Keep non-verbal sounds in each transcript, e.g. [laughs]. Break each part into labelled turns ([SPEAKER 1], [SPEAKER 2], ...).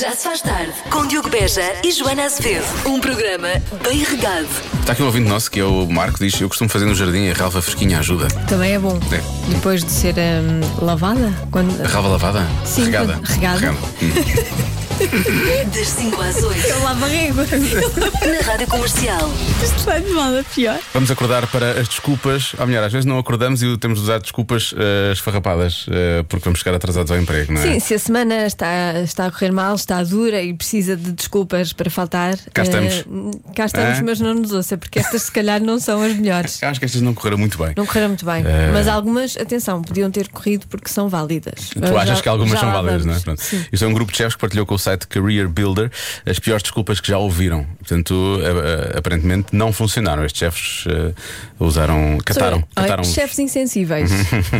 [SPEAKER 1] Já se faz tarde com Diogo Beja e Joana Azevedo. Um programa bem regado.
[SPEAKER 2] Está aqui um ouvinte nosso que é o Marco, diz: Eu costumo fazer no jardim a ralva fresquinha ajuda.
[SPEAKER 3] Também é bom.
[SPEAKER 2] É.
[SPEAKER 3] Depois de ser hum, lavada? Quando...
[SPEAKER 2] [laughs] A ralva lavada?
[SPEAKER 3] Sim,
[SPEAKER 2] regada.
[SPEAKER 3] regada.
[SPEAKER 2] Hum.
[SPEAKER 1] Das 5 às 8
[SPEAKER 3] Eu lavo a
[SPEAKER 2] [laughs]
[SPEAKER 3] régua.
[SPEAKER 1] na Rádio Comercial.
[SPEAKER 3] Isto vai de mal a pior.
[SPEAKER 2] Vamos acordar para as desculpas. Ou melhor, às vezes não acordamos e temos de usar desculpas eh, esfarrapadas, eh, porque vamos chegar atrasados ao emprego, não é?
[SPEAKER 3] Sim, se a semana está, está a correr mal, está dura e precisa de desculpas para faltar.
[SPEAKER 2] Cá
[SPEAKER 3] eh,
[SPEAKER 2] estamos.
[SPEAKER 3] cá estamos,
[SPEAKER 2] É?
[SPEAKER 3] mas não nos ouça, porque estas se calhar não são as melhores.
[SPEAKER 2] Acho que estas não correram muito bem.
[SPEAKER 3] Não correram muito bem.
[SPEAKER 2] Eh.
[SPEAKER 3] Mas algumas, atenção, podiam ter corrido porque são válidas.
[SPEAKER 2] Tu achas que algumas são válidas, não é? Pronto.
[SPEAKER 3] Pronto. Sim.
[SPEAKER 2] Isto é um grupo de chefes que partilhou com o site Career Builder as piores desculpas que já ouviram. Portanto, eh, eh, aparentemente não funcionaram. Estes chefes eh, usaram, cataram,
[SPEAKER 3] Olha,
[SPEAKER 2] cataram. um Uhum.
[SPEAKER 3] Chefes insensíveis.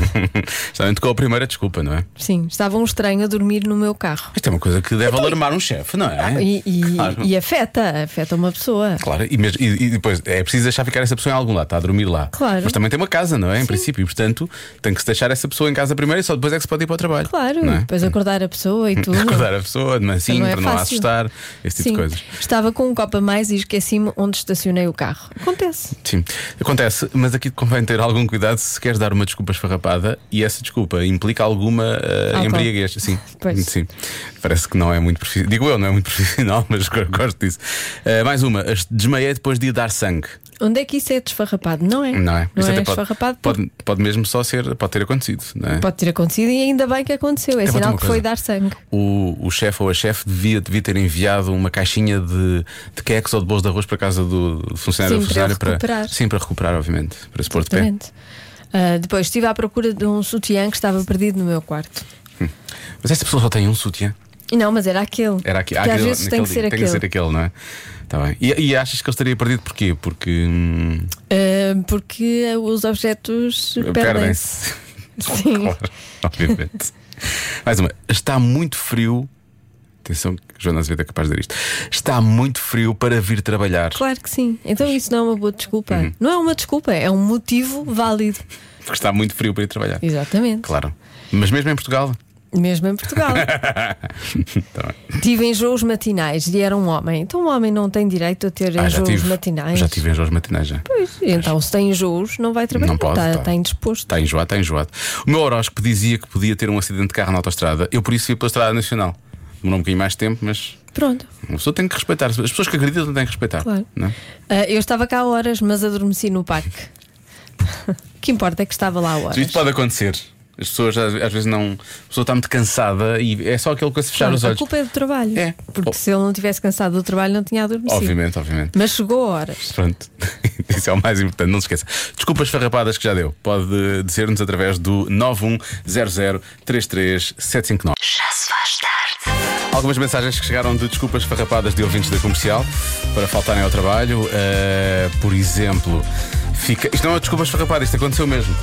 [SPEAKER 2] [laughs] Justamente com a primeira desculpa, não é?
[SPEAKER 3] Sim, estava um estranho a dormir no meu carro.
[SPEAKER 2] Isto é uma coisa que deve alarmar um chefe, não é?
[SPEAKER 3] Então, Ah, E, e-
[SPEAKER 2] Claro.
[SPEAKER 3] e afeta, afeta uma pessoa.
[SPEAKER 2] Claro, e, mesmo- e- e depois é preciso deixar ficar essa pessoa em algum lado, está a dormir lá.
[SPEAKER 3] Claro.
[SPEAKER 2] Mas também tem uma casa, não é? Em princípio, e portanto tem que se deixar essa pessoa em casa primeiro e só depois é que se pode ir para o trabalho.
[SPEAKER 3] Claro,
[SPEAKER 2] não é?
[SPEAKER 3] depois acordar a
[SPEAKER 2] [laughs]
[SPEAKER 3] pessoa e tudo.
[SPEAKER 2] Recordar a pessoa de mansinho
[SPEAKER 3] Não é
[SPEAKER 2] para não a
[SPEAKER 3] fácil.
[SPEAKER 2] assustar, esse tipo
[SPEAKER 3] Sim.
[SPEAKER 2] de coisas.
[SPEAKER 3] Estava com um copo a mais e esqueci-me onde estacionei o carro. Acontece.
[SPEAKER 2] Sim, acontece, mas aqui convém ter algum cuidado se queres dar uma desculpa esfarrapada e essa desculpa implica alguma eh,
[SPEAKER 3] Álcool.
[SPEAKER 2] embriaguez. Sim,
[SPEAKER 3] [laughs] Pois.
[SPEAKER 2] sim, parece que não é muito profissional. Digo eu, não é muito [laughs] profissional, mas go- gosto disso. Eh, mais uma, As- desmaiei depois de ir dar sangue,
[SPEAKER 3] Onde é que isso é desfarrapado? Não é?
[SPEAKER 2] não é?
[SPEAKER 3] Não
[SPEAKER 2] Isto
[SPEAKER 3] é
[SPEAKER 2] até
[SPEAKER 3] desfarrapado porque
[SPEAKER 2] pode, pode mesmo só ser, pode ter acontecido, não é?
[SPEAKER 3] pode ter acontecido e ainda bem que aconteceu. É
[SPEAKER 2] vou ter
[SPEAKER 3] sinal
[SPEAKER 2] uma
[SPEAKER 3] que foi
[SPEAKER 2] coisa.
[SPEAKER 3] dar sangue.
[SPEAKER 2] O, o chefe ou a chefe devia, devia ter enviado uma caixinha de, de queques ou de bolos de arroz para casa do do funcionário
[SPEAKER 3] Sim,
[SPEAKER 2] ou funcionária
[SPEAKER 3] para recuperar.
[SPEAKER 2] sim, para recuperar, obviamente, para se pôr de pé.
[SPEAKER 3] Exatamente. Ah, depois estive à procura de um sutiã que estava perdido no meu quarto.
[SPEAKER 2] Hum. Mas esta pessoa só tem um sutiã.
[SPEAKER 3] E não, mas era aquele.
[SPEAKER 2] Era aqui, Ah,
[SPEAKER 3] Porque
[SPEAKER 2] aquele,
[SPEAKER 3] às vezes tem que ser
[SPEAKER 2] naquele dia.
[SPEAKER 3] aquele.
[SPEAKER 2] Tem que ser aquele, não é? Tá bem. E, e achas que ele estaria perdido porquê? Porque
[SPEAKER 3] [laughs]
[SPEAKER 2] hum,
[SPEAKER 3] Ah, porque os objetos perdem-se.
[SPEAKER 2] perdem-se. [laughs]
[SPEAKER 3] Sim.
[SPEAKER 2] Claro, obviamente. Mais uma. Está muito frio. Atenção, que Joana Azevedo é capaz de dizer isto. Está muito frio para vir trabalhar.
[SPEAKER 3] Claro que sim. Então isso não é uma boa desculpa.
[SPEAKER 2] Uhum.
[SPEAKER 3] Não é uma desculpa, é um motivo válido.
[SPEAKER 2] Porque está muito frio para ir trabalhar.
[SPEAKER 3] Exatamente.
[SPEAKER 2] Claro. Mas mesmo em Portugal.
[SPEAKER 3] Mesmo em Portugal.
[SPEAKER 2] [laughs] Tá bem.
[SPEAKER 3] tive enjoos matinais e era um homem. Então um homem não tem direito a ter
[SPEAKER 2] Ah, já
[SPEAKER 3] enjoos
[SPEAKER 2] tive.
[SPEAKER 3] matinais.
[SPEAKER 2] Já tive enjoos matinais já.
[SPEAKER 3] Pois, então se tem enjoos, não vai trabalhar.
[SPEAKER 2] Não pode,
[SPEAKER 3] está,
[SPEAKER 2] tá.
[SPEAKER 3] está indisposto.
[SPEAKER 2] Está enjoado, está enjoado. O meu horóscopo dizia que podia ter um acidente de carro na autostrada. Eu por isso fui pela Estrada Nacional. Demorou um bocadinho mais de tempo, mas
[SPEAKER 3] Pronto.
[SPEAKER 2] Uma pessoa tem que respeitar. As pessoas que acreditam têm que respeitar.
[SPEAKER 3] Claro.
[SPEAKER 2] não é?
[SPEAKER 3] Ah, eu estava cá há horas, mas adormeci no parque. [laughs] o que importa é que estava lá há horas.
[SPEAKER 2] Isto pode acontecer. As pessoas às às vezes não. A pessoa está muito cansada e é só aquele coisa de fechar
[SPEAKER 3] Claro,
[SPEAKER 2] os
[SPEAKER 3] a
[SPEAKER 2] olhos.
[SPEAKER 3] culpa é do trabalho.
[SPEAKER 2] É.
[SPEAKER 3] Porque
[SPEAKER 2] Oh.
[SPEAKER 3] se ele não tivesse cansado do trabalho, não tinha adormecido.
[SPEAKER 2] Obviamente, obviamente.
[SPEAKER 3] Mas chegou a horas.
[SPEAKER 2] Pronto, [laughs] isso é o mais importante, não se esqueça. Desculpas farrapadas que já deu. Pode dizer-nos através do 910033759.
[SPEAKER 1] Já se faz tarde.
[SPEAKER 2] Algumas mensagens que chegaram de desculpas farrapadas de ouvintes da comercial para faltarem ao trabalho. Eh, por exemplo, fica. Isto não é desculpas farrapadas, isto aconteceu mesmo.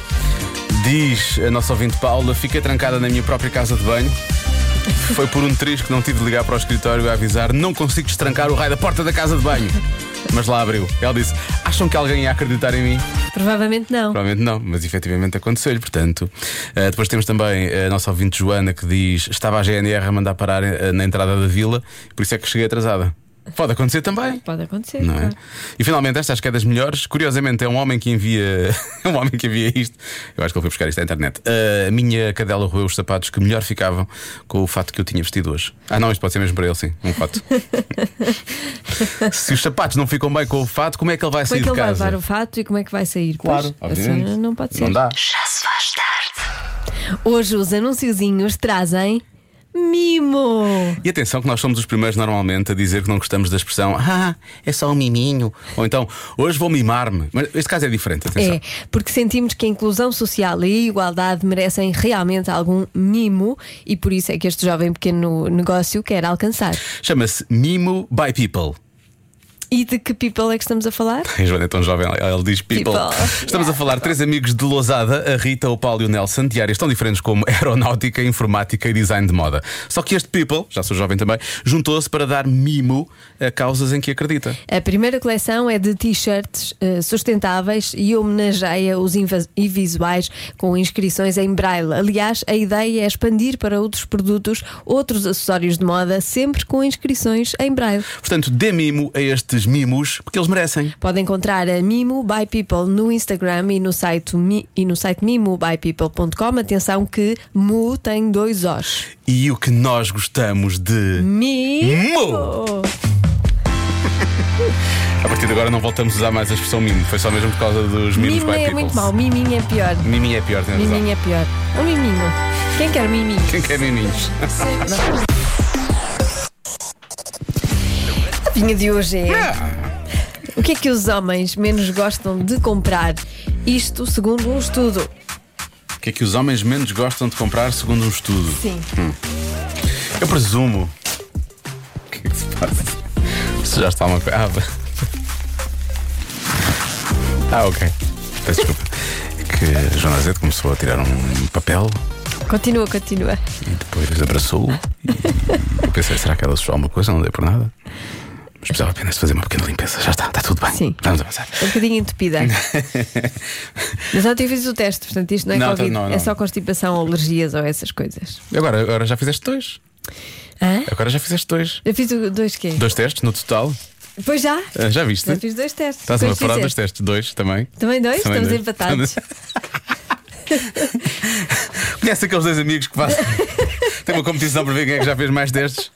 [SPEAKER 2] Diz a nossa ouvinte Paula: fiquei trancada na minha própria casa de banho. Foi por um triz que não tive de ligar para o escritório a avisar: não consigo destrancar o raio da porta da casa de banho. Mas lá abriu. Ela disse: acham que alguém ia acreditar em mim?
[SPEAKER 3] Provavelmente não.
[SPEAKER 2] Provavelmente não, mas efetivamente aconteceu-lhe, portanto. Eh, depois temos também a nossa ouvinte Joana que diz: estava a GNR a mandar parar eh, na entrada da vila, por isso é que cheguei atrasada. Pode acontecer também.
[SPEAKER 3] Pode acontecer.
[SPEAKER 2] Não é?
[SPEAKER 3] claro.
[SPEAKER 2] E finalmente, esta acho que é das melhores. Curiosamente, é um homem que envia [laughs] é um homem que envia isto. Eu acho que ele foi buscar isto à internet. Eh, a minha cadela roeu os sapatos que melhor ficavam com o fato que eu tinha vestido hoje. Ah, não, isto pode ser mesmo para ele, sim. Um
[SPEAKER 3] [laughs]
[SPEAKER 2] fato. Se os sapatos não ficam bem com o fato, como é que ele vai
[SPEAKER 3] Como
[SPEAKER 2] sair
[SPEAKER 3] é que
[SPEAKER 2] de
[SPEAKER 3] ele vai
[SPEAKER 2] casa?
[SPEAKER 3] levar o fato e como é que vai sair? Pois, assim
[SPEAKER 2] Obviamente.
[SPEAKER 3] não pode ser.
[SPEAKER 2] Não dá.
[SPEAKER 1] Já se faz tarde.
[SPEAKER 3] Hoje os anunciozinhos trazem mimo.
[SPEAKER 2] E atenção que nós somos os primeiros normalmente a dizer que não gostamos da expressão Ah, é só um miminho Ou então, hoje vou mimar-me Mas este caso é diferente, atenção
[SPEAKER 3] É, porque sentimos que a inclusão social e a igualdade merecem realmente algum mimo e por isso é que este jovem pequeno negócio quer alcançar.
[SPEAKER 2] Chama-se Mimo by People
[SPEAKER 3] E de que people é que estamos a falar?
[SPEAKER 2] A Joana é tão jovem, ela- ela diz people.
[SPEAKER 3] People.
[SPEAKER 2] Estamos a
[SPEAKER 3] Yeah,
[SPEAKER 2] falar três amigos de Lousada, a Rita, o Paulo e o Nelson, de áreas tão diferentes como [laughs] aeronáutica, informática e design de moda. Só que este people, já sou jovem também, juntou-se para dar mimo a causas em que acredita.
[SPEAKER 3] A primeira coleção é de t-shirts eh, sustentáveis e homenageia os inva- invisuais com inscrições em braille. Aliás, a ideia é expandir para outros produtos, outros acessórios de moda, sempre com inscrições em braille.
[SPEAKER 2] Portanto, dê mimo a estes mimos, porque eles merecem.
[SPEAKER 3] Pode encontrar a Mimo by People no Instagram e no site, mi- e no site mimobypeople.com. Atenção que Mu tem dois Os.
[SPEAKER 2] E o que nós gostamos de. Hum?
[SPEAKER 3] Mimo!
[SPEAKER 2] Mu. A partir de agora não voltamos a usar mais a expressão mimo, foi só mesmo por causa dos mimos
[SPEAKER 3] Mimo
[SPEAKER 2] by
[SPEAKER 3] é
[SPEAKER 2] people.
[SPEAKER 3] muito mau, miminho é pior.
[SPEAKER 2] Miminho é pior, tem razão.
[SPEAKER 3] Miminho é pior. Um miminho. Quem quer miminho?
[SPEAKER 2] Quem quer miminhos?
[SPEAKER 3] A vinha de hoje é. O que é que os homens menos gostam de comprar? Isto segundo um estudo.
[SPEAKER 2] O que é que os homens menos gostam de comprar, segundo um estudo?
[SPEAKER 3] Sim.
[SPEAKER 2] Eu presumo. O que é que se passa? Isso já está uma coisa. Ah, [laughs] ba- ah, ok. Peço desculpa. É que João Azevedo começou a tirar um papel
[SPEAKER 3] Continua, continua. É
[SPEAKER 2] e depois abraçou-o. E eu pensei, será que ela sujou alguma coisa? Não deu por nada. Mas precisava apenas de fazer uma pequena limpeza. Já está, está tudo bem.
[SPEAKER 3] Sim.
[SPEAKER 2] Vamos avançar.
[SPEAKER 3] Um bocadinho
[SPEAKER 2] [laughs]
[SPEAKER 3] entupida. Mas ontem fiz o teste, portanto isto não é
[SPEAKER 2] Não, então
[SPEAKER 3] Covid.
[SPEAKER 2] não, não.
[SPEAKER 3] É só constipação, alergias ou essas coisas.
[SPEAKER 2] Agora, agora já fizeste dois.
[SPEAKER 3] Hã?
[SPEAKER 2] Agora já fizeste dois.
[SPEAKER 3] Eu fiz o- dois quê?
[SPEAKER 2] Dois testes no total.
[SPEAKER 3] Pois já?
[SPEAKER 2] Ah, Já viste?
[SPEAKER 3] Já fiz dois testes.
[SPEAKER 2] Estás a
[SPEAKER 3] Depois
[SPEAKER 2] parar dos
[SPEAKER 3] fizeste.
[SPEAKER 2] testes. Dois também.
[SPEAKER 3] Também dois?
[SPEAKER 2] Também
[SPEAKER 3] Estamos
[SPEAKER 2] dois.
[SPEAKER 3] empatados.
[SPEAKER 2] [laughs] Conhece aqueles dois amigos que
[SPEAKER 3] [laughs]
[SPEAKER 2] fazem. Tem uma competição para ver quem é que já fez mais testes.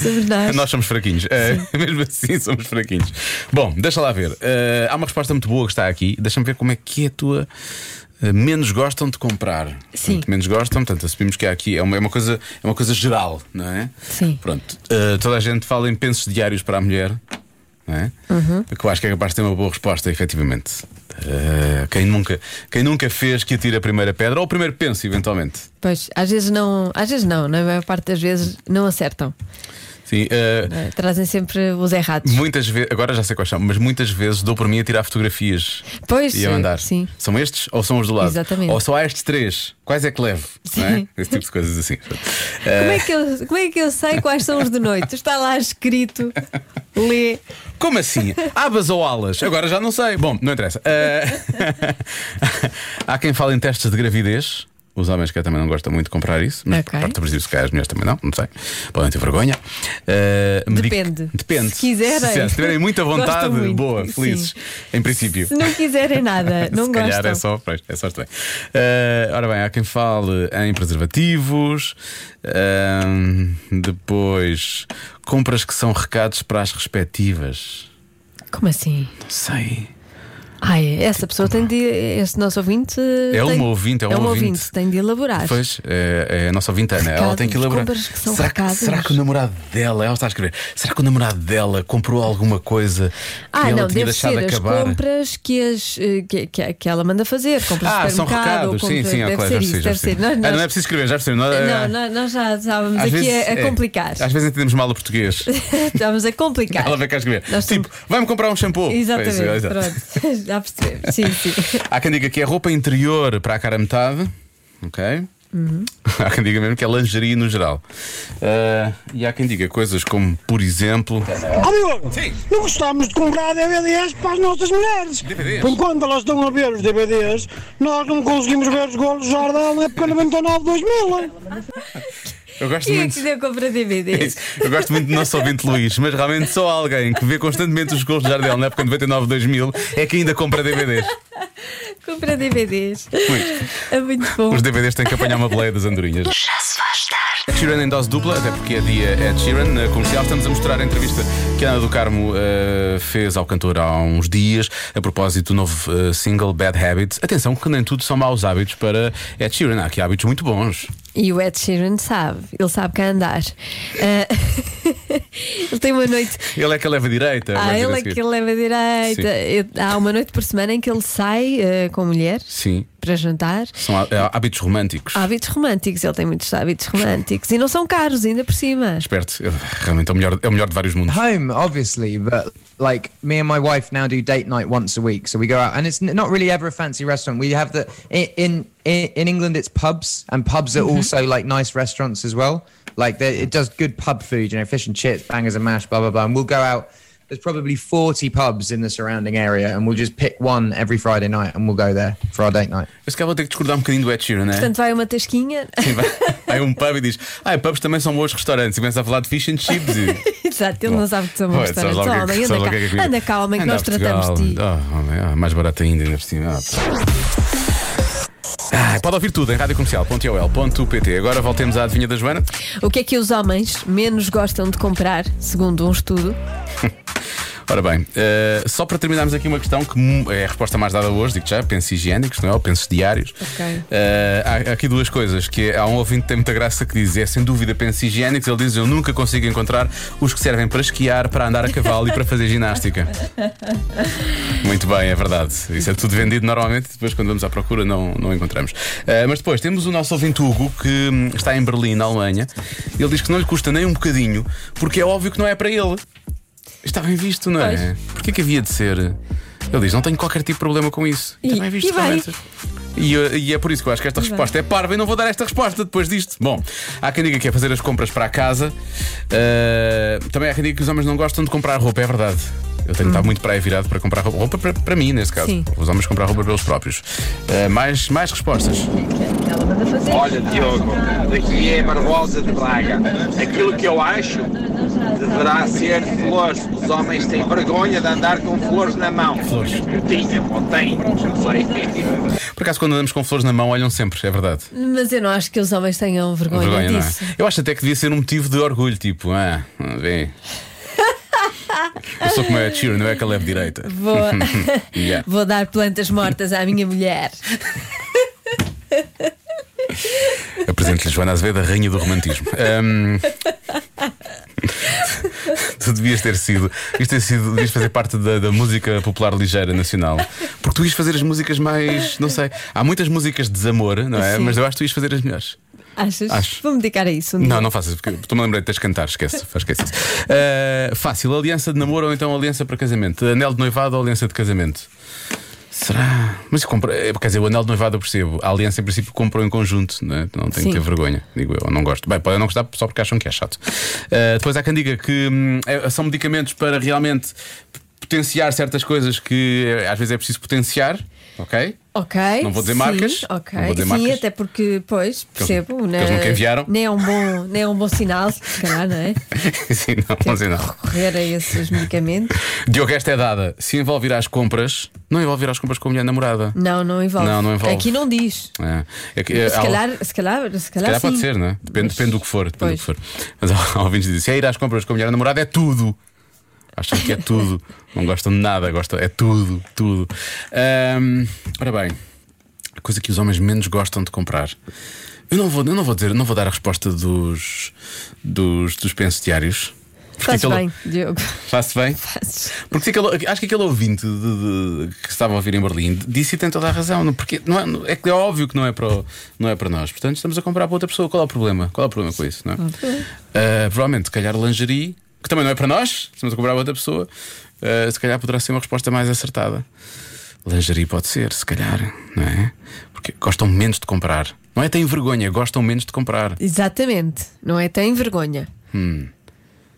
[SPEAKER 3] Somos nós.
[SPEAKER 2] Nós somos fraquinhos. Eh, [laughs] mesmo assim, somos fraquinhos. Bom, deixa lá ver. Eh, há uma resposta muito boa que está aqui. Deixa-me ver como é que é a tua. eh, Menos gostam de comprar.
[SPEAKER 3] Sim.
[SPEAKER 2] Portanto, menos gostam, portanto, assumimos que há aqui é uma, é uma coisa, é uma coisa geral, não é?
[SPEAKER 3] Sim.
[SPEAKER 2] Pronto. Eh, toda a gente fala em pensos diários para a mulher, não é?
[SPEAKER 3] Uhum.
[SPEAKER 2] Que eu acho que é capaz de ter uma boa resposta, efetivamente. Eh, quem, nunca, quem nunca fez que atire a primeira pedra ou o primeiro penso, eventualmente.
[SPEAKER 3] Pois, às vezes não, às vezes não, na maior parte das vezes não acertam.
[SPEAKER 2] Sim. eh,
[SPEAKER 3] Eh, Trazem sempre os errados.
[SPEAKER 2] Muitas vezes, agora já sei quais são, mas muitas vezes dou por mim a tirar fotografias
[SPEAKER 3] Pois,
[SPEAKER 2] e a mandar.
[SPEAKER 3] sim.
[SPEAKER 2] São estes ou são os do lado?
[SPEAKER 3] Exatamente.
[SPEAKER 2] Ou só há estes três? Quais é que levo? Não é?
[SPEAKER 3] Sim.
[SPEAKER 2] Esse tipo de coisas
[SPEAKER 3] [laughs]
[SPEAKER 2] assim.
[SPEAKER 3] Como é, que eu, como é que eu sei quais são os de noite? Está lá escrito, lê.
[SPEAKER 2] Como assim? Abas ou alas? Agora já não sei. Bom, não interessa. Eh, [laughs] há quem fale em testes de gravidez. Os homens que também não gostam muito de comprar isso, mas
[SPEAKER 3] Ok.
[SPEAKER 2] por parte do Brasil, se calhar as mulheres também não, não sei. Podem ter vergonha. Eh, medic-
[SPEAKER 3] Depende.
[SPEAKER 2] Depende.
[SPEAKER 3] Se quiserem.
[SPEAKER 2] Se, se tiverem
[SPEAKER 3] [laughs]
[SPEAKER 2] muita
[SPEAKER 3] Gostam
[SPEAKER 2] vontade,
[SPEAKER 3] muito.
[SPEAKER 2] boa,
[SPEAKER 3] Sim.
[SPEAKER 2] felizes, em princípio.
[SPEAKER 3] Se não quiserem nada, não
[SPEAKER 2] [laughs] Se calhar
[SPEAKER 3] gostam.
[SPEAKER 2] é só, pois, é só estranho. Eh, ora bem, há quem fale em preservativos, ahm, depois compras que são recados para as respectivas.
[SPEAKER 3] Como assim?
[SPEAKER 2] Não sei.
[SPEAKER 3] Ai, essa pessoa tem de. Este nosso ouvinte.
[SPEAKER 2] É
[SPEAKER 3] tem, um
[SPEAKER 2] uma ouvinte, é uma ouvinte.
[SPEAKER 3] tem de elaborar.
[SPEAKER 2] Pois, é, é a nossa vintana, ela tem que
[SPEAKER 3] Recados,
[SPEAKER 2] elaborar.
[SPEAKER 3] compras que são
[SPEAKER 2] será, que,
[SPEAKER 3] recados.
[SPEAKER 2] será que o namorado dela, ela está a escrever, será que o namorado dela comprou alguma coisa que ela
[SPEAKER 3] Ah, não,
[SPEAKER 2] tinha
[SPEAKER 3] deve
[SPEAKER 2] deixado
[SPEAKER 3] ser as
[SPEAKER 2] acabar?
[SPEAKER 3] compras que, as, eh, que, que, que ela manda fazer. Compras
[SPEAKER 2] Ah,
[SPEAKER 3] de
[SPEAKER 2] são
[SPEAKER 3] supermercado, ou
[SPEAKER 2] recados, sim,
[SPEAKER 3] compras-
[SPEAKER 2] sim, ah,
[SPEAKER 3] deve
[SPEAKER 2] claro,
[SPEAKER 3] ser
[SPEAKER 2] já percebi,
[SPEAKER 3] isso,
[SPEAKER 2] já
[SPEAKER 3] deve ser.
[SPEAKER 2] percebi.
[SPEAKER 3] Nós,
[SPEAKER 2] Ah,
[SPEAKER 3] nós-
[SPEAKER 2] não é preciso escrever, já percebi. Nós,
[SPEAKER 3] não, nós- nós já estávamos
[SPEAKER 2] às
[SPEAKER 3] aqui
[SPEAKER 2] vezes-
[SPEAKER 3] a, a
[SPEAKER 2] é,
[SPEAKER 3] complicar.
[SPEAKER 2] às vezes entendemos mal o português.
[SPEAKER 3] [laughs] estávamos a complicar.
[SPEAKER 2] Ela vem cá escrever.
[SPEAKER 3] Nós
[SPEAKER 2] tipo, vai-me comprar um shampoo.
[SPEAKER 3] Exatamente,
[SPEAKER 2] É isso, é, exato.
[SPEAKER 3] pronto. [laughs] Já percebemos. Sim, sim.
[SPEAKER 2] Há quem diga que é roupa interior para a cara metade. Ok.
[SPEAKER 3] Uhum.
[SPEAKER 2] [laughs] Há quem diga mesmo que é lingerie no geral. Ah, e há quem diga coisas como, por exemplo.
[SPEAKER 4] Ó Diogo,
[SPEAKER 2] Sim.
[SPEAKER 4] não gostamos de comprar DVDs para as nossas mulheres.
[SPEAKER 2] DVDs?
[SPEAKER 4] Por quando elas estão a ver os DVDs, nós não conseguimos ver os golos de Jordão na época 99-2000.
[SPEAKER 2] Eu gosto
[SPEAKER 3] Quem é
[SPEAKER 2] muito.
[SPEAKER 3] que deu compra
[SPEAKER 2] [laughs]
[SPEAKER 3] DVDs?
[SPEAKER 2] Eu gosto muito do nosso ouvinte Luís, mas realmente só alguém que vê constantemente os gols de Jardel na época de 99, 2000 é que ainda compra DVDs.
[SPEAKER 3] Compra DVDs.
[SPEAKER 2] Luís,
[SPEAKER 3] É muito bom.
[SPEAKER 2] os DVDs têm que apanhar uma boleia das andorinhas.
[SPEAKER 1] Já se faz tarde.
[SPEAKER 2] Ed Sheeran em dose dupla, até porque é dia Ed Sheeran na comercial. Estamos a mostrar a entrevista que a Ana do Carmo eh, fez ao cantor há uns dias, a propósito do novo eh, single Bad Habits. Atenção, que nem tudo são maus hábitos para Ed Sheeran. Há aqui hábitos muito bons.
[SPEAKER 3] [laughs] E o Ed Sheeran sabe, ele sabe cá andar. Ah, Ele tem uma noite.
[SPEAKER 2] Ele é que leva direita.
[SPEAKER 3] Ah,
[SPEAKER 2] vamos dizer
[SPEAKER 3] ele é
[SPEAKER 2] assim.
[SPEAKER 3] que leva direita. Eu- Há uma noite por semana em que ele sai eh, com mulheres
[SPEAKER 2] Sim,
[SPEAKER 3] para jantar.
[SPEAKER 2] são há- há hábitos românticos.
[SPEAKER 3] Hábitos românticos, ele tem muitos hábitos românticos e não são caros, ainda por cima.
[SPEAKER 2] Esperto, Eu- realmente é o melhor, é o melhor de vários
[SPEAKER 3] Ah.
[SPEAKER 2] mundos.
[SPEAKER 5] home, obviously, but like me and my wife now do date night once a week. So we go out, and it's n- not really ever a fancy restaurant. We have the in in in England, it's pubs, and pubs are also like nice restaurants as well. Like they- it does good pub food, you know, fish and chips, bangers and mash, blah blah blah. And we'll go out. There's probably 40 pubs in the surrounding area, and we'll just pick one every Friday night, and we'll go there for our date night.
[SPEAKER 2] Esse cara vou ter que discordar um bocadinho do Ed Sheeran, não é?
[SPEAKER 3] Portanto, vai uma tasquinha. [laughs]
[SPEAKER 2] Sim, vai, vai a um pub e diz: Ah, pubs também são bons restaurantes. E começa a falar de fish and chips. E...
[SPEAKER 3] Exato, ele
[SPEAKER 2] Bom,
[SPEAKER 3] não sabe que são bons
[SPEAKER 2] pois, sabes lá o que
[SPEAKER 3] restaurantes.
[SPEAKER 2] é que-
[SPEAKER 3] Homem,
[SPEAKER 2] sabes lá o que é que é
[SPEAKER 3] anda cá,
[SPEAKER 2] comida.
[SPEAKER 3] anda cá, homem, que
[SPEAKER 2] Anda
[SPEAKER 3] nós
[SPEAKER 2] a Portugal.
[SPEAKER 3] tratamos de ti.
[SPEAKER 2] Ah, homem, ah, mais barato ainda, ainda por cima. Ah, pode ouvir tudo em radiocomercial.ol.pt Agora voltemos à adivinha da Joana.
[SPEAKER 3] O que é que os homens menos gostam de comprar, segundo um estudo?
[SPEAKER 2] Ora bem, eh, só para terminarmos aqui uma questão que mu- é a resposta mais dada hoje, digo já, pensos higiênicos, não é? Ou pensos diários.
[SPEAKER 3] Ok.
[SPEAKER 2] Eh, há- há aqui duas coisas: que é- há um ouvinte que tem muita graça que diz, é sem dúvida pensos higiênicos, ele diz, eu nunca consigo encontrar os que servem para esquiar, para andar a cavalo e para fazer ginástica. Muito bem, é verdade. Isso é tudo vendido normalmente, depois quando vamos à procura não, não encontramos. Ah, mas depois temos o nosso ouvinte Hugo, que hum, está em Berlim, na Alemanha. Ele diz que não lhe custa nem um bocadinho, porque é óbvio que não é para ele. Está bem visto, não é? Porquê que havia de ser? Ele diz: não tenho qualquer tipo de problema com isso.
[SPEAKER 3] E-
[SPEAKER 2] Está bem visto,
[SPEAKER 3] e vai.
[SPEAKER 2] realmente. E, uh, e é por isso que eu acho que esta resposta é parva e não vou dar esta resposta depois disto. Bom, há quem diga que é fazer as compras para a casa. Uh, também há quem diga que os homens não gostam de comprar roupa, é verdade. Eu tenho que estar muito para aí virado para comprar roupa. Roupa para, para mim, nesse caso.
[SPEAKER 3] Hum. Sim.
[SPEAKER 2] Os homens comprar roupa pelos próprios. Uh, mais, mais respostas.
[SPEAKER 6] Olha, Diogo, daqui é Barbosa de Braga. Aquilo que eu acho deverá ser flores. Os homens têm vergonha de andar com flores na mão.
[SPEAKER 2] Flores.
[SPEAKER 6] Tinha, ou tem, não sei.
[SPEAKER 2] Por acaso, quando andamos com flores na mão, olham sempre, é verdade.
[SPEAKER 3] Mas eu não acho que os homens tenham vergonha,
[SPEAKER 2] vergonha, não é?
[SPEAKER 3] disso.
[SPEAKER 2] Eu acho até que devia ser um motivo de orgulho, tipo, ah, vem.
[SPEAKER 3] [laughs]
[SPEAKER 2] Eu sou como é a Cheer, não é que eu levo direita. [laughs]
[SPEAKER 3] Vou,
[SPEAKER 2] Yeah.
[SPEAKER 3] vou dar plantas mortas à minha mulher.
[SPEAKER 2] Apresento-lhe Joana Azevedo, a rainha do romantismo. Ahm, tu devias ter sido, isto ter sido, devias fazer parte da, da música popular ligeira nacional. Porque tu ias fazer as músicas mais, não sei, há muitas músicas de desamor, não é?
[SPEAKER 3] Sim.
[SPEAKER 2] Mas eu acho que tu ias fazer as melhores.
[SPEAKER 3] Achas?
[SPEAKER 2] Acho.
[SPEAKER 3] Vou-me dedicar a isso um dia.
[SPEAKER 2] Não, não faças, porque estou-me a lembrar de tens de cantar, esquece, faz- esquece isso. Ah, fácil, aliança de namoro ou então aliança para casamento? Anel de noivado ou aliança de casamento? Será? Mas compra, eh, quer dizer, o anel de noivado eu percebo. A aliança, em princípio, comprou em conjunto, não, é? não tem
[SPEAKER 3] Sim.
[SPEAKER 2] que ter vergonha, digo eu, não gosto. Bem, podem não gostar só porque acham que é chato. Ah, depois há quem diga que hum, é- são medicamentos para realmente p- potenciar certas coisas que eh, às vezes é preciso potenciar, ok? [laughs]
[SPEAKER 3] Ok.
[SPEAKER 2] Não vou dizer
[SPEAKER 3] sim,
[SPEAKER 2] marcas.
[SPEAKER 3] Ok.
[SPEAKER 2] Não vou dizer
[SPEAKER 3] sim,
[SPEAKER 2] marcas.
[SPEAKER 3] até porque, pois, percebo.
[SPEAKER 2] porque eles nunca enviaram.
[SPEAKER 3] Nem é um bom, nem é um bom sinal, se calhar,
[SPEAKER 2] [laughs]
[SPEAKER 3] não é?
[SPEAKER 2] Sim, não, não sei não.
[SPEAKER 3] Correr a esses medicamentos.
[SPEAKER 2] Diogo, esta é dada. Se envolver às compras, não envolver às compras com a mulher namorada.
[SPEAKER 3] Não, não envolve.
[SPEAKER 2] Não, não envolve.
[SPEAKER 3] Aqui não diz.
[SPEAKER 2] É. É que, é,
[SPEAKER 3] Se
[SPEAKER 2] há-
[SPEAKER 3] calhar, se calhar, se
[SPEAKER 2] se
[SPEAKER 3] calhar,
[SPEAKER 2] calhar pode
[SPEAKER 3] sim.
[SPEAKER 2] ser, não é? Depende,
[SPEAKER 3] Mas-
[SPEAKER 2] depende do que for. Depende do que
[SPEAKER 3] pois.
[SPEAKER 2] for. Mas há há ouvintes que dizem: se é ir às compras com a mulher namorada, é tudo. Acham que é tudo. não gostam de nada, gostam. É tudo, tudo. Ahm, ora bem, a coisa que os homens menos gostam de comprar. Eu não vou, eu não vou dizer, não vou dar a resposta dos, dos, dos pensos diários. Porque
[SPEAKER 3] Faz
[SPEAKER 2] aquele-
[SPEAKER 3] bem, Diogo. [laughs]
[SPEAKER 2] Faz-se bem? Porque se aquele- acho que aquele ouvinte de- de- que estava a ouvir em Berlim disse e tem toda a razão. não- Porque não é, não- é que é óbvio que não é, para, o- não é para nós. Portanto, estamos a comprar para outra pessoa. Qual é o problema? Qual é o problema com isso? Não é? Ah, provavelmente, se calhar, lingerie, que também não é para nós, estamos a comprar para outra pessoa, ah, se calhar poderá ser uma resposta mais acertada. Lingerie pode ser, se calhar, não é? Porque gostam menos de comprar. Não é? Têm vergonha, gostam menos de comprar.
[SPEAKER 3] Exatamente. Não é? Tem vergonha.
[SPEAKER 2] Hum.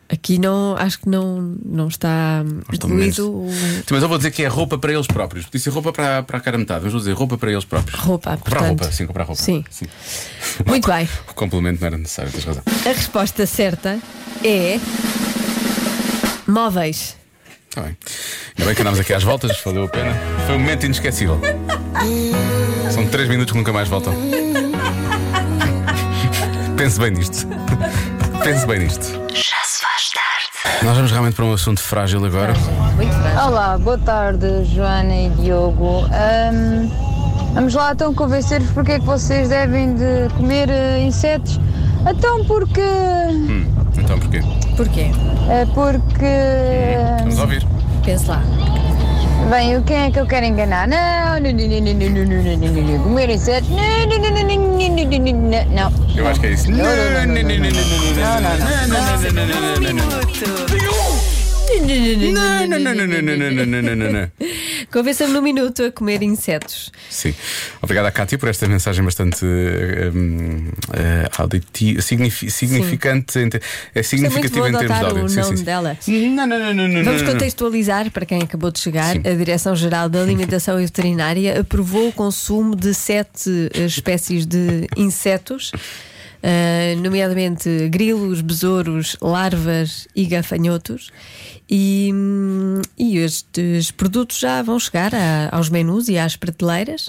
[SPEAKER 3] Aqui não, acho que não, não está
[SPEAKER 2] Gostam
[SPEAKER 3] incluído o-
[SPEAKER 2] Sim, mas eu vou dizer que é roupa para eles próprios. Disse roupa para, para a cara metade, mas vou dizer roupa para eles próprios.
[SPEAKER 3] Roupa,
[SPEAKER 2] Comprar
[SPEAKER 3] portanto.
[SPEAKER 2] roupa, sim, comprar roupa.
[SPEAKER 3] Sim. Muito bem.
[SPEAKER 2] O complemento não era necessário, tens razão.
[SPEAKER 3] A resposta certa é. Móveis.
[SPEAKER 2] Está Tá bem. Ainda bem que andámos aqui às voltas, valeu a pena. Foi um momento inesquecível. São três minutos que nunca mais voltam. Pense bem nisto. Pense bem nisto.
[SPEAKER 1] Já se faz tarde.
[SPEAKER 2] Nós vamos realmente para um assunto frágil agora.
[SPEAKER 7] Olá, boa tarde, Joana e Diogo. Ahm, vamos lá então convencer-vos porque é que vocês devem de comer eh, insetos. Então porque
[SPEAKER 2] Então porquê?
[SPEAKER 8] Porquê?
[SPEAKER 7] Eh, Porque.
[SPEAKER 2] Vamos ouvir.
[SPEAKER 8] Pense lá.
[SPEAKER 7] Bem, o quem é que eu quero enganar? Não, não, não, não, não, não, não, não, não, não. comer insetos. Não, não, não, não, não, não, não, não, não, não, não.
[SPEAKER 2] Eu acho que é isso.
[SPEAKER 7] Não, não, não, não, não,
[SPEAKER 1] Um minuto.
[SPEAKER 2] Não, não, não, não, não, não, não, não, não, não, não.
[SPEAKER 3] Convença-me num minuto a comer insetos.
[SPEAKER 2] Sim. Obrigado à Cátia por esta mensagem bastante eh, hum, eh, auditiva, signifi- significante. em te- É significativa
[SPEAKER 3] vou
[SPEAKER 2] em termos de
[SPEAKER 3] adotar
[SPEAKER 2] áudio.
[SPEAKER 3] o
[SPEAKER 2] Sim, sim,
[SPEAKER 3] nome
[SPEAKER 2] sim.
[SPEAKER 3] dela.
[SPEAKER 2] Não, não, não, não, não,
[SPEAKER 3] Vamos
[SPEAKER 2] não, não.
[SPEAKER 3] contextualizar para quem acabou de chegar.
[SPEAKER 2] Uhum. Sim.
[SPEAKER 3] A Direção-Geral da Alimentação e Veterinária aprovou o consumo de sete eh, espécies de insetos, eh, nomeadamente grilos, besouros, larvas e gafanhotos. E, hum, e estes produtos já vão chegar a- aos menus e às prateleiras.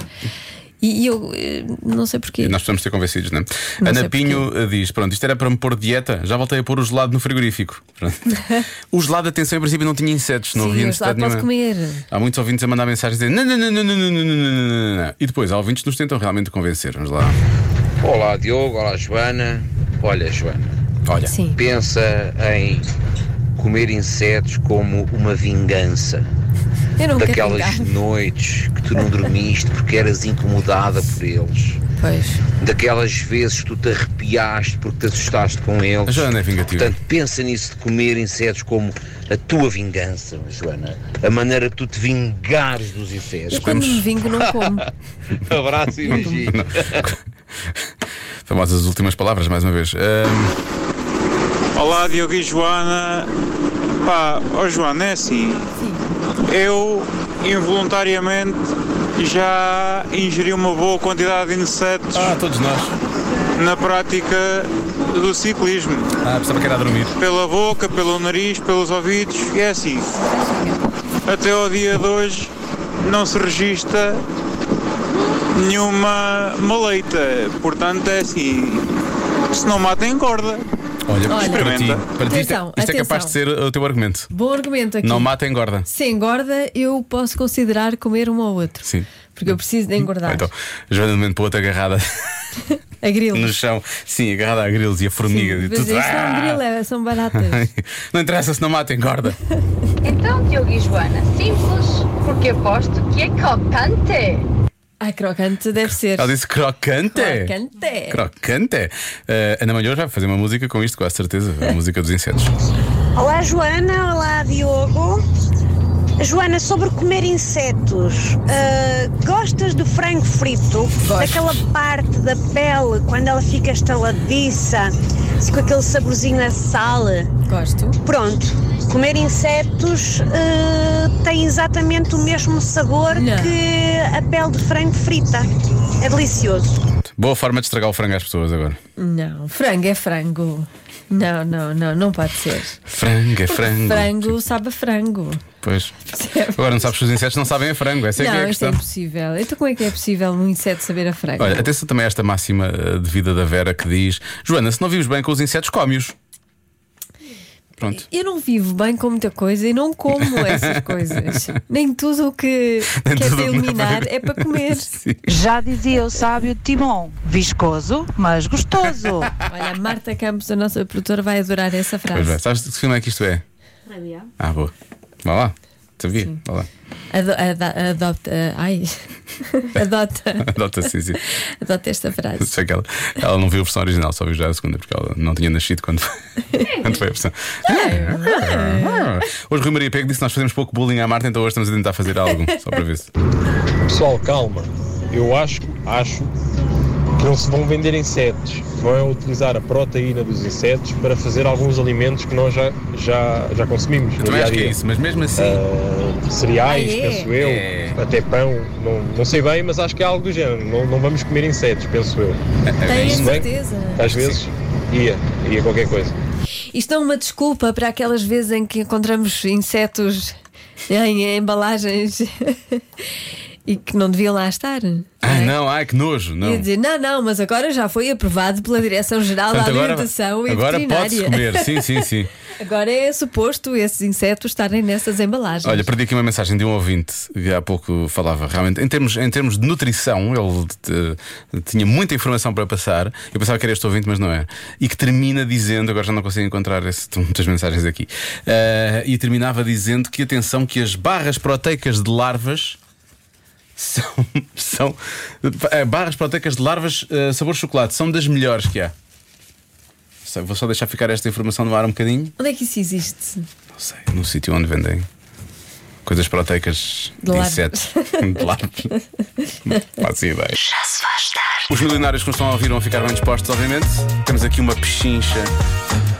[SPEAKER 3] E, e eu eh, não sei porquê.
[SPEAKER 2] Nós precisamos ser convencidos, não é?
[SPEAKER 3] Não
[SPEAKER 2] Ana
[SPEAKER 3] sei porquê.
[SPEAKER 2] Pinho eh, diz: Pronto, isto era para me pôr dieta, já voltei a pôr o gelado no frigorífico. Pronto. o gelado, atenção, em princípio não tinha insetos, não havia
[SPEAKER 3] Sim, mas lá
[SPEAKER 2] necessidade
[SPEAKER 3] posso
[SPEAKER 2] nenhuma.
[SPEAKER 3] comer.
[SPEAKER 2] Há muitos ouvintes a mandar mensagens dizendo: não, não, não, não, não, não, não, não, não, não, não, não. E depois, há ouvintes que nos tentam realmente convencer. Vamos lá.
[SPEAKER 9] Olá Diogo, olá Joana. Olha Joana,
[SPEAKER 2] Olha.
[SPEAKER 3] Sim.
[SPEAKER 9] pensa em comer insetos como uma vingança
[SPEAKER 3] Eu não quero
[SPEAKER 9] daquelas
[SPEAKER 3] brincar.
[SPEAKER 9] noites que tu não dormiste porque eras incomodada por eles,
[SPEAKER 3] Pois.
[SPEAKER 9] daquelas vezes que tu te arrepiaste porque te assustaste com
[SPEAKER 2] A
[SPEAKER 9] eles.
[SPEAKER 2] Joana é vingativa.
[SPEAKER 9] Portanto, pensa nisso de comer insetos como a tua vingança, Joana. A maneira que tu te vingares dos insetos.
[SPEAKER 3] Eu quando
[SPEAKER 2] Escolhemos-
[SPEAKER 3] me vingo não como.
[SPEAKER 9] Abraço e beijinho.
[SPEAKER 2] Famosas últimas palavras, mais uma vez. Ahm,
[SPEAKER 10] Olá Diogo e Joana. Pá, ó Joana, é assim. Eu involuntariamente já ingeri uma boa quantidade de insetos
[SPEAKER 2] ah, todos nós.
[SPEAKER 10] na prática do ciclismo.
[SPEAKER 2] Ah, pensava que era a dormir.
[SPEAKER 10] Pela boca, pelo nariz, pelos ouvidos, e é assim. Até ao dia de hoje não se regista nenhuma maleita. Portanto, é assim. Se não mata, engorda.
[SPEAKER 2] Olha,
[SPEAKER 3] Olha.
[SPEAKER 2] para ti,
[SPEAKER 10] Experimenta.
[SPEAKER 2] para ti isto, é-
[SPEAKER 3] Atenção,
[SPEAKER 2] isto é capaz
[SPEAKER 3] atenção.
[SPEAKER 2] de ser o teu argumento. [laughs]
[SPEAKER 3] Bom argumento aqui.
[SPEAKER 2] Não mata, engorda.
[SPEAKER 3] Se engorda, eu posso considerar comer um ou outro.
[SPEAKER 2] Sim.
[SPEAKER 3] Porque eu preciso de engordar.
[SPEAKER 2] Então, Joana de momento para outra agarrada
[SPEAKER 3] a grilo.
[SPEAKER 2] no chão, sim, agarrada a grilos e a formiga e
[SPEAKER 3] Mas
[SPEAKER 2] tudo.
[SPEAKER 3] isso é um grilo, é- são baratas.
[SPEAKER 2] [laughs] Não interessa se não mata, engorda.
[SPEAKER 11] Então, Diogo e Joana, simples, porque aposto que é crocante.
[SPEAKER 3] Ai, crocante deve ser.
[SPEAKER 2] Ela disse é. crocante.
[SPEAKER 3] Crocante. é.
[SPEAKER 2] Crocante. Ah, Ana Malhoa já vai fazer uma música com isto, com a certeza. A música dos insetos.
[SPEAKER 11] Olá, Joana. Olá, Diogo. Joana, sobre comer insetos, ah, gostas do frango frito? Daquela parte da pele, quando ela fica estaladiça, assim, com aquele saborzinho a sal?
[SPEAKER 3] Gosto.
[SPEAKER 11] Pronto, comer insetos ah, tem exatamente o mesmo sabor
[SPEAKER 3] Não.
[SPEAKER 11] que a pele de frango frita. É delicioso.
[SPEAKER 2] Boa forma de estragar o frango às pessoas agora.
[SPEAKER 3] Não, frango é frango. Não, não, não, não pode ser.
[SPEAKER 2] Frango, é frango.
[SPEAKER 3] Frango sabe a frango.
[SPEAKER 2] Pois. Agora não sabes se os insetos não sabem a frango, essa é que é a
[SPEAKER 3] não, isto
[SPEAKER 2] questão.
[SPEAKER 3] é impossível. Então, como é que é possível um inseto saber a frango?
[SPEAKER 2] Olha, atenção também a esta máxima eh, de vida da Vera que diz: Joana, se não vives bem com os insetos, come-os. Pronto.
[SPEAKER 3] Eu não vivo bem com muita coisa e
[SPEAKER 2] [laughs]
[SPEAKER 3] não como essas coisas. Nem tudo o que
[SPEAKER 2] Nem
[SPEAKER 3] quer
[SPEAKER 2] tudo o que dá
[SPEAKER 3] eliminar
[SPEAKER 2] para-
[SPEAKER 3] é para comer.
[SPEAKER 11] Já dizia o sábio Timon, viscoso, mas [laughs] gostoso.
[SPEAKER 3] Olha, a Marta Campos, a nossa produtora, vai adorar essa
[SPEAKER 2] Pois bem,
[SPEAKER 3] frase.
[SPEAKER 2] sabes de que filme é que isto é? Ah, boa. Vá lá. Sabia? Vá lá. [laughs]
[SPEAKER 3] Ado ada- adota. Ai. [laughs] adota.
[SPEAKER 2] Adota, sim, sim.
[SPEAKER 3] Adota esta
[SPEAKER 2] [laughs]
[SPEAKER 3] frase.
[SPEAKER 2] Sei que ela, ela não viu a versão original, só viu já a segunda, porque ela não tinha nascido quando, quando foi [laughs] a versão.
[SPEAKER 3] É.
[SPEAKER 2] É, Hoje Rui Maria Pego disse que nós fazemos pouco bullying à Marta, então hoje estamos a tentar fazer algo, só para ver se.
[SPEAKER 12] Pessoal, calma. Eu acho, acho que não se vão vender insetos. Vão é utilizar a proteína dos insetos para fazer alguns alimentos que nós já, já, já consumimos no
[SPEAKER 2] Também
[SPEAKER 12] dia a
[SPEAKER 2] acho que é
[SPEAKER 12] dia.
[SPEAKER 2] isso, mas mesmo assim.
[SPEAKER 12] Ah, cereais,
[SPEAKER 3] Ah, é?
[SPEAKER 12] penso eu,
[SPEAKER 2] É.
[SPEAKER 12] até pão, não, não sei bem, mas acho que é algo do género. Não, não vamos comer insetos, penso eu.
[SPEAKER 3] Tenho
[SPEAKER 12] isso, não é?
[SPEAKER 3] certeza.
[SPEAKER 12] Às vezes ia, ia qualquer coisa.
[SPEAKER 3] Isto é uma desculpa para aquelas vezes em que encontramos insetos em embalagens. [laughs] e que não deviam lá estar.
[SPEAKER 2] Ai, não, ai, que nojo. Ah, Não.
[SPEAKER 3] E dizer, não, não, mas agora já foi aprovado pela Direção-Geral da
[SPEAKER 2] Portanto, agora-
[SPEAKER 3] Alimentação e
[SPEAKER 2] agora pode-se
[SPEAKER 3] Veterinária.
[SPEAKER 2] comer, sim, sim, sim.
[SPEAKER 3] Agora é suposto esses insetos estarem nessas embalagens.
[SPEAKER 2] Olha, perdi aqui uma mensagem de um ouvinte que há pouco falava. Realmente, em termos, em termos de nutrição, ele eh, tinha muita informação para passar. Eu pensava que era este ouvinte, mas não é. E que termina dizendo, agora já não consigo encontrar esse, [laughs] estão muitas mensagens aqui. Eh, e terminava dizendo que atenção que as barras proteicas de larvas são, [laughs] são eh, barras proteicas de larvas eh, sabor chocolate, são das melhores que há. Só- Vou só deixar ficar esta informação no ar um bocadinho
[SPEAKER 3] Onde é que isso existe?
[SPEAKER 2] no sítio onde vendem coisas proteicas de,
[SPEAKER 3] De larvas. [laughs]
[SPEAKER 2] insetos, de larvas. Não Faço ideia.
[SPEAKER 1] Já se faz tarde.
[SPEAKER 2] Os milionários que nos estão a ouvir vão ficar bem dispostos, obviamente. Temos aqui uma pechincha.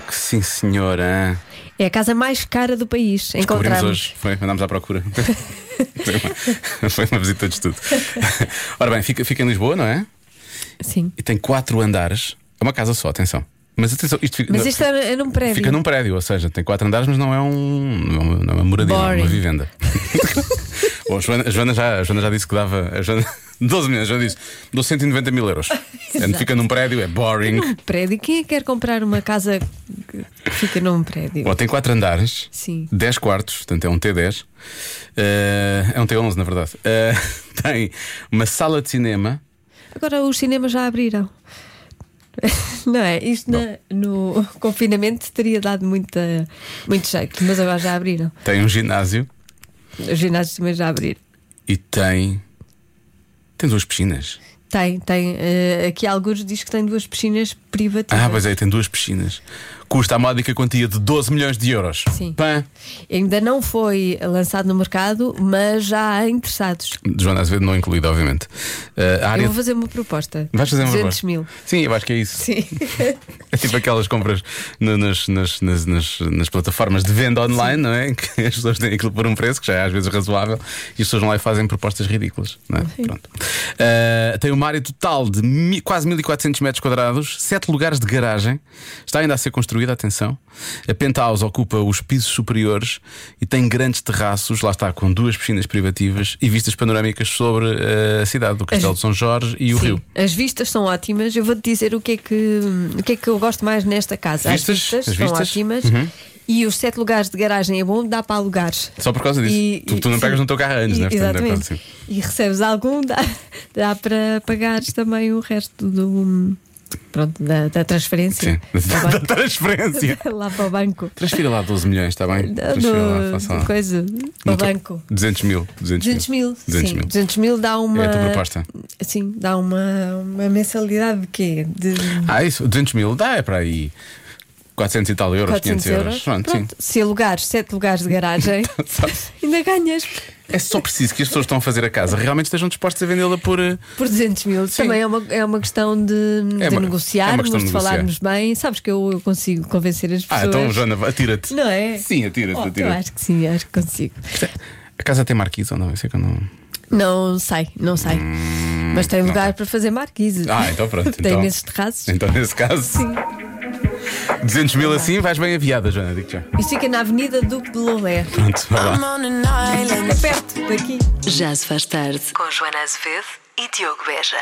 [SPEAKER 2] Que sim, senhora.
[SPEAKER 3] É a casa mais cara do país.
[SPEAKER 2] Cobrimos
[SPEAKER 3] Encontramos.
[SPEAKER 2] hoje. Foi, andámos à
[SPEAKER 3] [laughs]
[SPEAKER 2] procura. Foi uma- Foi uma visita de estudo. Ora bem, fica, fica em Lisboa, não é?
[SPEAKER 3] Sim.
[SPEAKER 2] E tem quatro andares. É uma casa só, atenção. Mas atenção, isto fica.
[SPEAKER 3] Mas
[SPEAKER 2] não-
[SPEAKER 3] isto é, é num prédio.
[SPEAKER 2] Fica num prédio, ou seja, tem quatro andares, mas não é um. Não é uma- não é uma moradia, não é
[SPEAKER 3] Boring.
[SPEAKER 2] uma
[SPEAKER 3] [laughs]
[SPEAKER 2] vivenda. Bom, a Joana, a Joana já, a Joana já disse que dava. A Joana, [laughs] 12 milhões, já disse. Dou 190 mil
[SPEAKER 3] [laughs]
[SPEAKER 2] euros.
[SPEAKER 3] Exato.
[SPEAKER 2] fica num prédio, é boring.
[SPEAKER 3] Num prédio. Quem é que quer comprar uma casa que fica num prédio?
[SPEAKER 2] Bom, tem quatro andares,
[SPEAKER 3] Sim.
[SPEAKER 2] 10 quartos, portanto é um T10. Eh, é um T11, na verdade. Eh, [laughs] tem uma sala de cinema.
[SPEAKER 3] Agora os cinemas já abriram. [laughs] Não é? Isto na- no confinamento teria dado muita, muito jeito, mas agora já abriram.
[SPEAKER 2] Tem um ginásio
[SPEAKER 3] Os ginásios também já abriram.
[SPEAKER 2] e tem. Tem duas piscinas.
[SPEAKER 3] Tem, tem. eh, aqui alguns diz que tem duas piscinas privativas.
[SPEAKER 2] Ah, pois é, tem duas piscinas. Custa a módica quantia de 12 milhões de euros.
[SPEAKER 3] Sim.
[SPEAKER 2] Pã.
[SPEAKER 3] Ainda não foi lançado no mercado, mas já há interessados.
[SPEAKER 2] De Joana Azevedo não incluída, obviamente. Eh, a área
[SPEAKER 3] Eu vou fazer uma proposta.
[SPEAKER 2] Vais fazer uma
[SPEAKER 3] 200
[SPEAKER 2] proposta?
[SPEAKER 3] mil.
[SPEAKER 2] Sim, eu acho que é isso.
[SPEAKER 3] Sim.
[SPEAKER 2] É [laughs] tipo aquelas compras no- nas, nas, nas, nas, nas plataformas de venda online, não é? [laughs] Em Que as pessoas têm aquilo por um preço, que já é às vezes razoável, e as pessoas vão lá e fazem propostas ridículas, não é? Pronto. Eh, tem uma área total de mi- quase 1400 metros quadrados, sete lugares de garagem, está ainda a ser construída, atenção. A penthouse ocupa os pisos superiores e tem grandes terraços, lá está, com duas piscinas privativas e vistas panorâmicas sobre eh, a cidade, do Castelo de São Jorge e o
[SPEAKER 3] É. Sim,
[SPEAKER 2] Rio.
[SPEAKER 3] As vistas são ótimas. Eu vou-te dizer o que, é que, o que é que eu gosto mais nesta casa.
[SPEAKER 2] Vistas,
[SPEAKER 3] as vistas
[SPEAKER 2] as
[SPEAKER 3] são
[SPEAKER 2] vistas.
[SPEAKER 3] ótimas.
[SPEAKER 2] Uhum.
[SPEAKER 3] E os sete lugares de garagem é bom, dá para alugares.
[SPEAKER 2] Só por causa disso.
[SPEAKER 3] E-
[SPEAKER 2] tu, tu não
[SPEAKER 3] e-
[SPEAKER 2] pegas
[SPEAKER 3] sim.
[SPEAKER 2] no teu carro antes,
[SPEAKER 3] E-
[SPEAKER 2] né? Portanto, é
[SPEAKER 3] Exatamente.
[SPEAKER 2] pronto, sim.
[SPEAKER 3] E recebes algum, dá, dá para pagares também o resto do. Pronto, da, da transferência. [laughs]
[SPEAKER 2] Sim.
[SPEAKER 3] Tá
[SPEAKER 2] Da [laughs]
[SPEAKER 3] bem?
[SPEAKER 2] transferência.
[SPEAKER 3] lá para o banco.
[SPEAKER 2] Transfira lá 12 milhões, está bem?
[SPEAKER 3] Da-
[SPEAKER 2] Transfira lá,
[SPEAKER 3] do-
[SPEAKER 2] faça lá.
[SPEAKER 3] coisa, para o
[SPEAKER 2] Não tô-
[SPEAKER 3] banco.
[SPEAKER 2] 200 mil. 200,
[SPEAKER 3] 200 mil.
[SPEAKER 2] 200
[SPEAKER 3] sim.
[SPEAKER 2] mil.
[SPEAKER 3] 200 mil dá uma.
[SPEAKER 2] É a tua proposta.
[SPEAKER 3] Sim, dá uma, uma mensalidade de quê? De
[SPEAKER 2] Ah, isso? 200 mil? Dá, é para aí. 400 e tal euros, 500 euros. Pronto, Tá,
[SPEAKER 3] Pronto, se alugares 7 lugares de
[SPEAKER 2] [laughs]
[SPEAKER 3] garagem,
[SPEAKER 2] sim.
[SPEAKER 3] [laughs] ainda ganhas
[SPEAKER 2] É só preciso que as pessoas que estão a fazer a casa realmente estejam dispostas a vendê-la por. eh,
[SPEAKER 3] por 200 mil. Também é uma, é uma questão de,
[SPEAKER 2] É
[SPEAKER 3] de
[SPEAKER 2] uma- é uma
[SPEAKER 3] negociarmos,
[SPEAKER 2] questão de
[SPEAKER 3] de falarmos bem. Sabes que eu, eu consigo convencer as pessoas.
[SPEAKER 2] Ah, então, Joana, atira-te.
[SPEAKER 3] Não é?
[SPEAKER 2] Sim, atira-te,
[SPEAKER 3] Oh, Eu
[SPEAKER 2] atira-te.
[SPEAKER 3] acho que sim, acho que consigo.
[SPEAKER 2] A casa tem marquise ou não? Isso é que eu não.
[SPEAKER 3] Não sei, não sei. Mas tem lugar para fazer marquises.
[SPEAKER 2] Hum, Ah, então pronto.
[SPEAKER 3] [laughs] tem
[SPEAKER 2] então,
[SPEAKER 3] nesses terraços.
[SPEAKER 2] Então, nesse caso,
[SPEAKER 3] [laughs] Sim.
[SPEAKER 2] 200 mil assim, vais bem aviada, Joana, digo já.
[SPEAKER 3] Isso fica na Avenida Duque de Lolé.
[SPEAKER 2] Pronto, vai lá.
[SPEAKER 1] É
[SPEAKER 3] perto daqui.
[SPEAKER 1] Já se faz tarde. Com Joana Azevedo e Diogo Beja.